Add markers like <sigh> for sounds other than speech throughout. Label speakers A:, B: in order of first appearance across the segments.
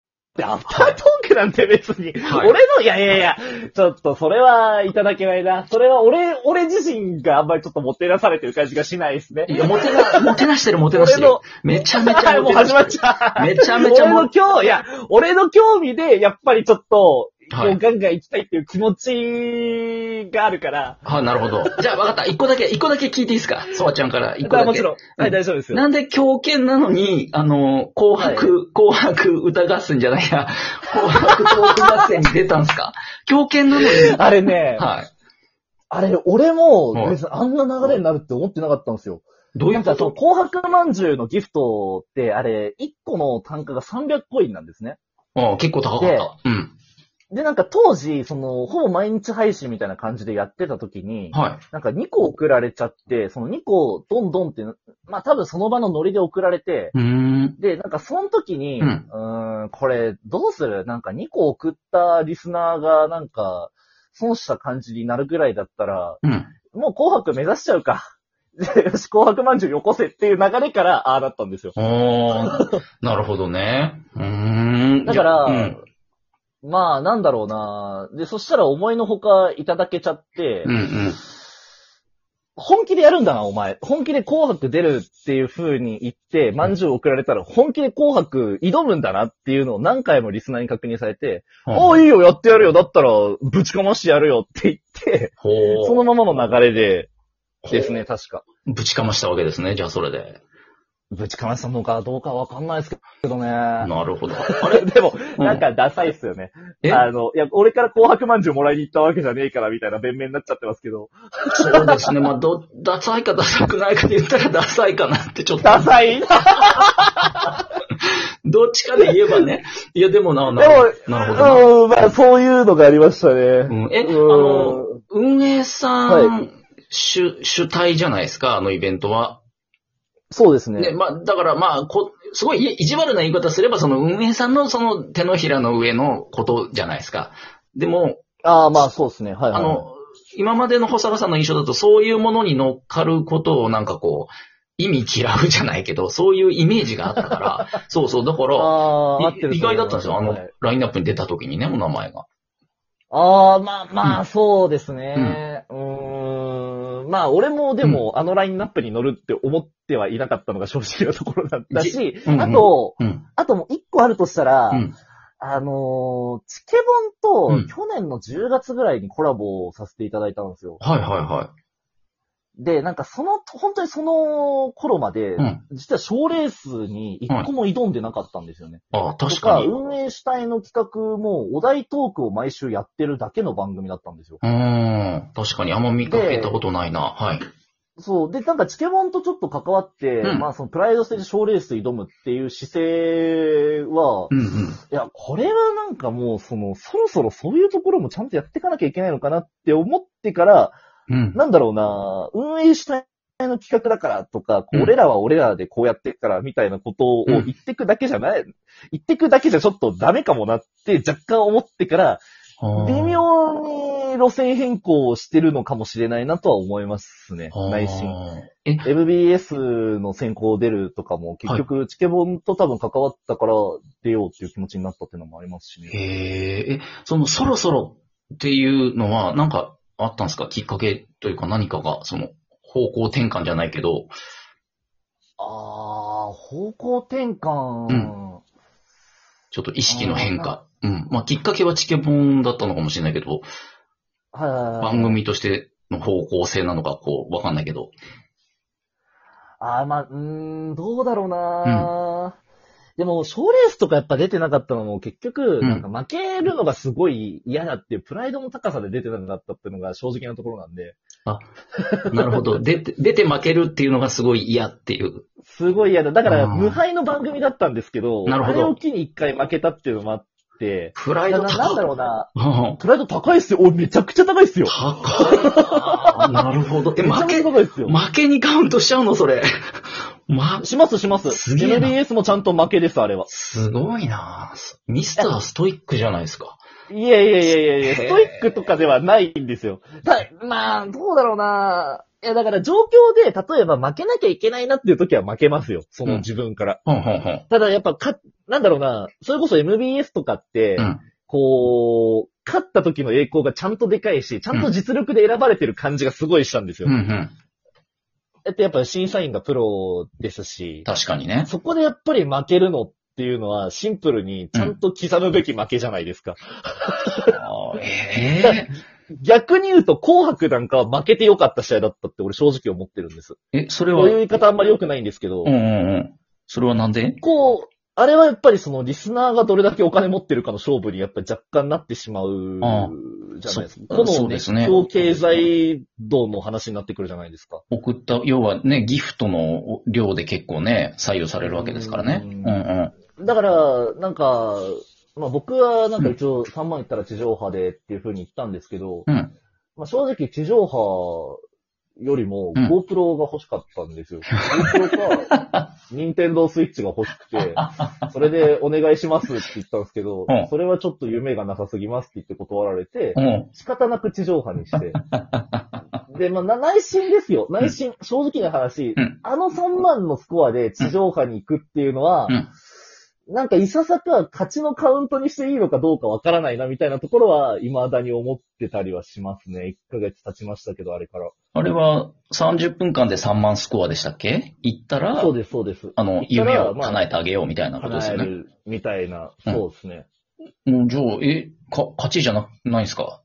A: ってアフタ <laughs> ートークなんて別に、
B: はい
A: 俺の、いやいやいや、ちょっとそれはいただけないな。それは俺、俺自身があんまりちょっともてなされてる感じがしないですね。
B: いや、もてな、もてなしてる、もてなして
A: 俺
B: る
A: の。
B: めちゃめちゃも
A: もう
B: てな
A: 始まっ
B: して
A: ちゃう。
B: る。めちゃめちゃ
A: 俺
B: も
A: の興味、いや、俺の興味で、やっぱりちょっと、
B: はい
A: ガンガン行きたいっていう気持ちがあるから。
B: はい、なるほど。じゃあ、わかった。一個だけ、一個だけ聞いていいですかそばちゃんから一個
A: ま
B: だけ。
A: あもちろん。はい、大丈夫ですよ。
B: なんで狂犬なのに、あの、紅白、紅白歌合戦じゃないや、紅白トーク合戦に出たんすか狂犬なのに。
A: あれね、
B: はい。
A: あれ、俺も、
B: はい
A: 別にあんな流れになるって思ってなかったんですよ。
B: どうい
A: な
B: うんこ
A: か、その、
B: と
A: 紅白まんじゅうのギフトって、あれ、1個の単価が300コインなんですね。
B: ああ結構高かった。うん。
A: で、なんか当時、その、ほぼ毎日配信みたいな感じでやってた時に、
B: は
A: なんか2個送られちゃって、その2個、どんどんって、まあ多分その場のノリで送られて、
B: い。うーん。
A: で、なんかその時に、
B: う
A: うんーん、これ、どうするなんか2個送ったリスナーが、なんか、損した感じになるぐらいだったら、
B: うん。
A: もう紅白目指しちゃうか。 <laughs> よし、紅白まんじゅうよこせっていう流れから、ああだったんですよ。
B: あ
A: <laughs>
B: あ、なるほどね。うーん。
A: だから、
B: うん。
A: まあ、なんだろうなで、そしたら思いのほかいただけちゃって、
B: うんうん。
A: 本気でやるんだな、お前。本気で紅白出るっていう風に言って、まんじゅう送られたら、本気で紅白挑むんだなっていうのを何回もリスナーに確認されて、お
B: い。
A: いいよ、やってやるよ。だったら、ぶちかましてやるよって言って、
B: ほう。
A: そのままの流れで、ですね、確か。
B: ぶちかましたわけですね、じゃあそれで。
A: ぶちかましたのかどうかわかんないですけどね。
B: なるほど。
A: あれでも、
B: うん
A: <laughs> なんかダサいっすよね。
B: え
A: あの、いや、俺から紅白まんじゅうもらいに行ったわけじゃねえから、みたいな弁明になっちゃってますけど。
B: そうですね。まあ、ど、ダサいかダサくないかで言ったらダサいかなってちょっと、
A: ダサいでも、
B: どっちかで言えばね。いや、でもな、ななるほどな。
A: うん、まあ、そういうのがありました
B: う
A: ね。
B: ん、え、あ
A: うん
B: の、運営さん、
A: は
B: 主、主体じゃないですか、あのイベントは。
A: そうです
B: ね、
A: ね。
B: まあ、だからまあ、こ、すごい意地悪な言い方すれば、その運営さんのその手のひらの上のことじゃないですか。でも、
A: ああ、まあ、そうですね。はい、
B: あ
A: はい。
B: の、今までの細原さんの印象だと、そういうものに乗っかることをなんかこう、意味嫌うじゃないけど、そういうイメージがあった <laughs> から、そうそう、だから、
A: ああ、合っ
B: い
A: てると思います
B: 意外だったんですよ、あの
A: はい、
B: ラインナップに出た時にね、お名前が。
A: ああ、まあま
B: うん
A: あ、そうですね。うーん。まあ、俺もでも、あのラインナップに乗るって思ってはいなかったのが正直なところだったし、
B: うんうん
A: あと、
B: うん。
A: あともう一個あるとしたら、
B: うん。
A: あのーチケボ
B: う
A: ン
B: ん
A: と去年の10月ぐらいにコラボをさせていただいたんですよ。
B: はいはいは
A: で、なんかその、本当にその頃まで、
B: い。うん。
A: 実は賞レースに一個も挑んでなかったんですよね。
B: ああ、
A: と
B: 確かに。
A: 運営主体の企画もお題トークを毎週やってるだけの番組だったんですよ。
B: うーん。確かに、あんま見かけたことないな。はい。
A: そう。で、なんか、チケモンとちょっと関わって、
B: うん
A: まあ、その、プライドステージ賞レース挑むっていう姿勢は、
B: うんうん。
A: いや、これはなんかもう、その、そろそろそういうところもちゃんとやっていかなきゃいけないのかなって思ってから、
B: うん。
A: なんだろうな、運営主体の企画だからとか、こう
B: うん
A: 俺らは俺らでこうやっていくから、みたいなことを
B: うん
A: 言ってくだけじゃない、言ってくだけじゃちょっとダメかもなって若干思ってから、
B: あー
A: 微妙に路線変更をしてるのかもしれないなとは思いますね、
B: あー
A: 内心。
B: え、
A: MBS の選考出るとかも、結局、チケボンと多分関わったから出ようっていう気持ちになったっていうのもありますし
B: へ
A: ね。
B: え、え、その、そろそろっていうのは、なんかあったんですかきっかけというか何かが、その、方向転換じゃないけど、
A: あー、方向転換。
B: うんちょっと意識の変化。うん。まあ、きっかけはチケボンだったのかもしれないけど、
A: はいはいはい。
B: 番。組としての方向性なのか、こう、わかんないけど。
A: あー、まあ、うーん、どうだろうな、でも、賞レースとかやっぱ出てなかったのも、結
B: う
A: 局、
B: ん
A: なんか負けるのがすごい嫌だっていう、プライドの高さで出てなかったっていうのが正直なところなんで、
B: なるほど。出て、出て負けるっていうのがすごい嫌っていう。
A: すごい嫌だ。だから、
B: うん
A: 無敗の番組だったんですけど、
B: なるほど
A: あれを機に一回負けたっていうのもあって、
B: プライ
A: な
B: ド
A: な
B: 高
A: なんだろうな。
B: うん
A: プライド高いっすよ。おい、めちゃくちゃ高いっすよ。
B: 高いなぁなるほど。え、
A: めちゃ
B: 負
A: くちゃ
B: け、
A: 高いっすよ。
B: 負けにカウントしちゃうのそれ。ま、
A: しますします。
B: すげえな
A: MBS もちゃんと負けです、あれは。
B: すごいなぁミスターストイックじゃないですか。
A: いやいやいやいやいや、
B: へー
A: ストイックとかではないんですよ。たまあ、どうだろうないや、だから状況で、例えば負けなきゃいけないなっていう時は負けますよ。その自分から。
B: ほんほんほん。
A: ただやっぱか、なんだろうな、それこそ MBS とかって、
B: うん
A: こう、勝った時の栄光がちゃんとでかいし、ちゃんと実力で選ばれてる感じがすごいしたんですよ。
B: うんうん。
A: だってやっぱ審査員がプロですし、
B: 確かにね。
A: そこでやっぱり負けるのっていうのはシンプルにちゃんと刻むべき負けじゃないですか。
B: あーえ
A: 逆に言うと紅白なんかは負けてよかった試合だったって俺正直思ってるんです。
B: ええ、それ
A: こ
B: は、
A: ういう
B: う
A: 言い方あんまり良くないんですけど、
B: んうんうん。それはなんで
A: こう、あれはやっぱりそのリスナーがどれだけお金持ってるかの勝負にやっぱり若干なってしまう
B: ああ
A: じゃないですか。
B: そ
A: こ
B: そ
A: の
B: う
A: ね
B: ですね
A: 東経済度の話になってくるじゃないですか。
B: 送った、要はね、ギフトの量で結構ね、採用されるわけですからね。
A: う
B: うんんうん。
A: だから、なんか、まあ僕はなんか一応3万いったら地上波でっていう風に言ったんですけど、
B: うん。
A: まあ正直地上波よりも
B: うん
A: GoPro が欲しかったんですよ。GoPro
B: <laughs>
A: か、Nintendo Switch が欲しくて、それでお願いしますって言ったんですけど
B: うん、
A: それはちょっと夢がなさすぎますって言って断られて
B: う、ん。
A: 仕方なく地上波にして。 <laughs> で、まあ、な内心ですよ。内心、正直な話、
B: うん
A: あの3万のスコアで地上波に行くっていうのは、
B: うん
A: なんかいささか勝ちのカウントにしていいのかどうかわからないなみたいなところは、未だに思ってたりはしますね。1ヶ月経ちましたけど、あれから。
B: あれは30分間で3万スコアでしたっけ行ったら
A: そ、うです、そうです。
B: あの、
A: 行ったら
B: 夢を叶えてあげようみたいなことで
A: 叶
B: す
A: え
B: よね。
A: るみたいな、
B: うん
A: そうですね。
B: もう、じゃあ、え、か、勝ちじゃな、ないんすか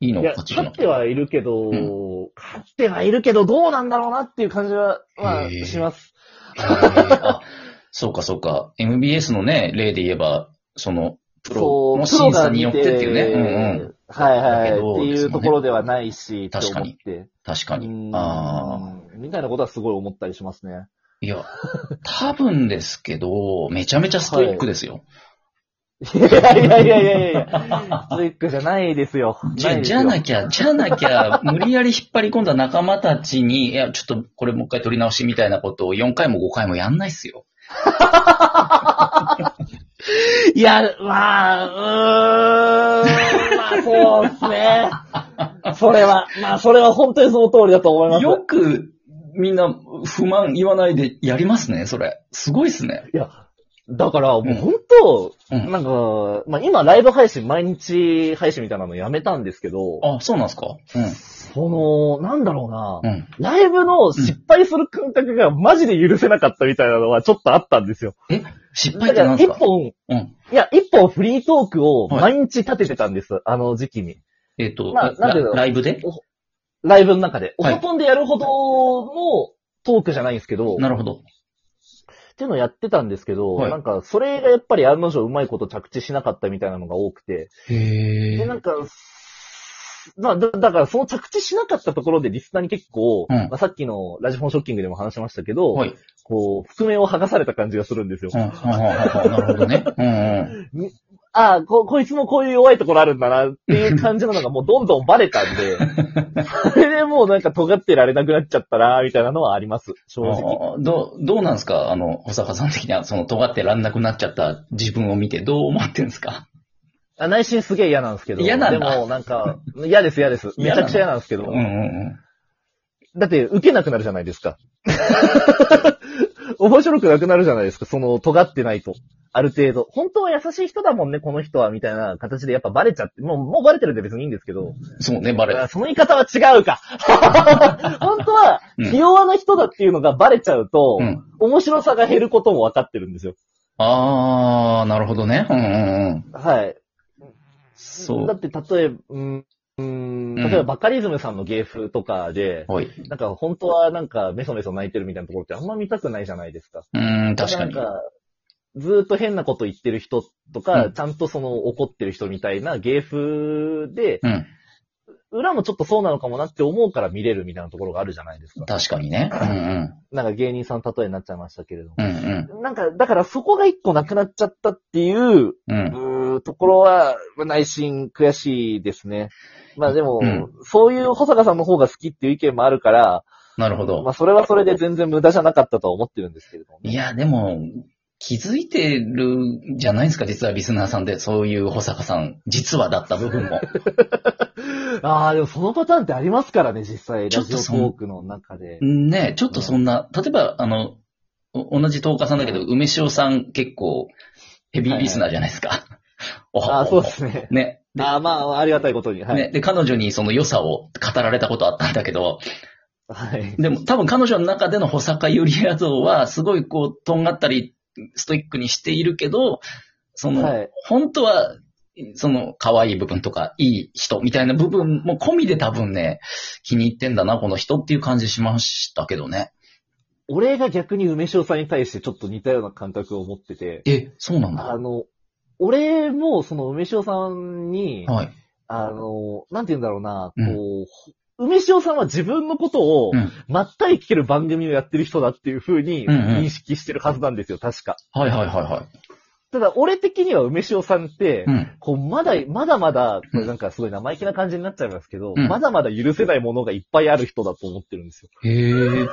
B: いいの
A: いや、
B: 勝ちじゃ
A: 勝
B: な
A: っ
B: く
A: て
B: て。
A: はいるけど、
B: う
A: 勝ってはいるけど、どうなんだろうなっていう感じは、ま
B: へ
A: あ、
B: ー
A: します。
B: えーあ、そうかそうか。MBS のね、例で言えば、その、プロ
A: そう、
B: の
A: プロ
B: 審査
A: が
B: によ
A: 見
B: ってっていうね。うんうん。
A: はいはい。
B: だ
A: っ
B: けど
A: て
B: で
A: い
B: すも
A: う
B: ね
A: んところではないし、
B: 確かに
A: って思って。
B: 確かに
A: う。ん
B: ああ。
A: みたいなことはすごい思ったりしますね。
B: いや、多分ですけど、めちゃめちゃストイックですよ。
A: <laughs> いやいやいやいやい <laughs> やストイックじゃないですよ。
B: じゃ、
A: です
B: じ
A: よ
B: ゃなきゃ、じゃなきゃ、無理やり引っ張り込んだ仲間たちに、いや、ちょっとこれもう一回取り直しみたいなことを4回も5回もやんないっすよ。
A: いや、まあ、うーん、まあそうですね。 <laughs> それは、まあそれは本当にその通りだと思います。
B: よく、みんな不満言わないでやりますね、それ。すごいっすね。
A: いや、だから、もう本当、
B: うん
A: なんか、まあ今ライブ配信、毎日配信みたいなのやめたんですけど、
B: あ、そうなんすか
A: その、なんだろうな、
B: うん。うん。
A: ライブの失敗する感覚がマジで許せなかったみたいなのはちょっとあったんですよ。
B: え、失敗
A: だ
B: って
A: か
B: な
A: ら
B: んす
A: 一
B: か
A: 本、
B: うん。
A: いや、一本フリートークを
B: は
A: 毎日立ててたんです、あの時期に。
B: えっと、
A: まあなんていうの
B: ラライブで
A: ライブの中で。オ
B: はい
A: ソポンでやるほどのトークじゃないんですけど、
B: なるほど。
A: っていうのをやってたんですけど、
B: はい
A: なんか、それがやっぱり案の定うまいこと着地しなかったみたいなのが多くて、
B: へ
A: で、
B: ー
A: なんか、まあ、だだから、その着地しなかったところでリスナーに結構、
B: うん
A: まあ、さっきのラジフォンショッキングでも話しましたけど、
B: はい。
A: こう、覆面を剥がされた感じがするんですよ
B: う。ん、うん、うん、うんなるほど
A: <laughs>
B: ね。うん、うん。
A: ああ、こ、こいつもこういう弱いところあるんだなっていう感じなのがもうどんどんバレたん
B: <laughs>
A: で、それでもうなんか尖ってられなくなっちゃったな、みたいなのはあります、正直。
B: あーどう、どうなんですかあの、保坂さん的には、その、尖ってらんなくなっちゃった自分を見て、どう思ってんですか
A: あ内心すげえ嫌なんですけど、
B: 嫌なんだ
A: でもなんか、嫌です嫌です。めちゃくちゃ嫌なんですけ
B: う
A: ど、
B: ん、うん、うん。
A: だって受けなくなるじゃないですか。 <laughs> 面白くなくなるじゃないですか、その尖ってないと。ある程度。本当は優しい人だもんね、この人は、みたいな形でやっぱバレちゃって、もう、もうバレてるんで別にいいんですけど、
B: そうね、バレ
A: あその言い方は違うか。 <laughs> 本当は、
B: うん
A: 気弱な人だっていうのがバレちゃうと、
B: うん。
A: 面白さが減ることも分かってるんですよ。
B: あー、なるほどね。うん、うん、うん。
A: はい。
B: そ
A: だ
B: う。
A: って、例えば、うんうん例えば、バカリズムさんの芸風とかで、
B: はい。
A: なんか本当はなんかメソメソ泣いてるみたいなところってあんま見たくないじゃないですか。
B: うーん、確かに。
A: なんか、ずーっと変なこと言ってる人とか、
B: うん
A: ちゃんとその怒ってる人みたいな芸風で、
B: うん。
A: 裏もちょっとそうなのかもなって思うから見れるみたいなところがあるじゃないですか。
B: 確かにね。
A: なんか芸人さん例えになっちゃいましたけれども。
B: うん、うん。うん、
A: なんか、だからそこが一個なくなっちゃったってい
B: う
A: う、
B: ん。うん。
A: うーところは、まあ内心悔しいですね。まあでも、
B: うん
A: そういう保坂さんの方が好きっていう意見もあるから、
B: なるほど
A: ま。あそれはそれで全然無駄じゃなかったとは思ってるんですけれどもね、
B: いや、でも、気づいてるじゃ
A: <laughs>
B: ないですか、実はリスナーさんで、そういう保坂さん、実はだった部分も。
A: ああ、でもそのパターンってありますからね、実際。ラ
B: ち
A: ジ
B: ょ
A: オ
B: っ
A: ト
B: とそ
A: ークの中で。
B: ねちょっとそんな、例えば、あの、お同じ東華さんだけど、梅塩さん結構、ヘビーリスナーじゃないですか。
A: ああ、そうですね。
B: ね。で
A: ああ、まあ、ありがたいことに。はい。
B: ね。で、彼女にその良さを語られたことあったんだけど、
A: はい。
B: でも多分彼女の中での保坂ユリア像は、すごいこう、とんがったり、ストイックにしているけど、その、
A: はい。
B: 本当は、その、可愛い部分とか、いい人みたいな部分も込みで多分ね、気に入ってんだな、この人っていう感じしましたけどね。
A: 俺が逆に梅塩さんに対してちょっと似たような感覚を持ってて、
B: え、そうなん
A: あ
B: だ。
A: の、俺もその梅塩さんに、
B: はい。
A: あの、なんて言うんだろうな、
B: うん
A: こう、梅塩さんは自分のことを
B: うん、
A: まったり聞ける番組をやってる人だっていう風に
B: うんうん
A: 認識してるはずなんですよ、確か。
B: はいはいはいはい。
A: ただ、俺的には梅塩さんって、
B: うん。
A: こう、まだ、まだまだ、こ
B: うん
A: れなんかすごい生意気な感じになっちゃいますけど、
B: うん
A: まだまだ許せないものがいっぱいある人だと思ってるんですよ。
B: へえ。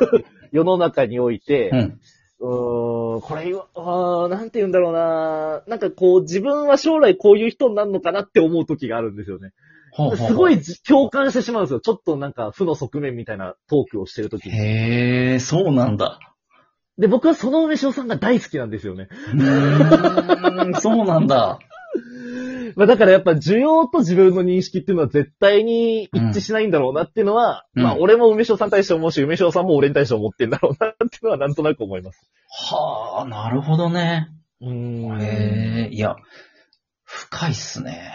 A: 世の中において、
B: うん。
A: うーん、これ言わ、あーなんて言うんだろうななんかこう、自分は将来こういう人になるのかなって思う時があるんですよね。
B: ほうほうほう
A: すご。いじ共感してしまうんですよ。ちょっとなんか、負の側面みたいなトークをしてる時に。
B: へえ、そうなんだ。
A: で、僕はその梅塩さんが大好きなんですよね。
B: うーん、 <laughs> そうなんだ。
A: まあだからやっぱ需要と自分の認識っていうのは絶対に一致しないんだろうなっていうのは、
B: うん
A: まあ俺も梅塩さんに対して思うし、梅塩さんも俺に対して思ってんだろうなっていうのはなんとなく思います。
B: はあ、なるほどね。
A: うーん。
B: へえ、いや、深いっすね。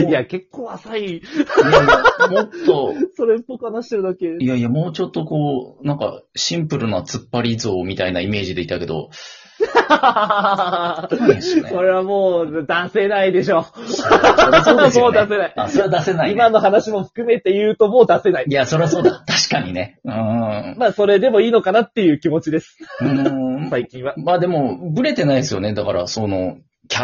A: いや、結構浅い。
B: いやいやもっと、
A: それっぽく話してるだけ。
B: いやいや、もうちょっとこう、なんか、シンプルな突っ張り像みたいなイメージでいたけど、
A: <laughs>
B: 深いっすね。
A: これはもう出せないでしょ。
B: そりゃそうですよね
A: もう出せない
B: あ、それは出せないね、
A: 今の話も含めて言うともう出せない
B: い。や、そりゃそうだ。確かにね。うーん。
A: まあそれでもいいのかなっていう気持ちです。
B: うーん。
A: 最近は。
B: まあでも、ブレてないですよね。だから、その、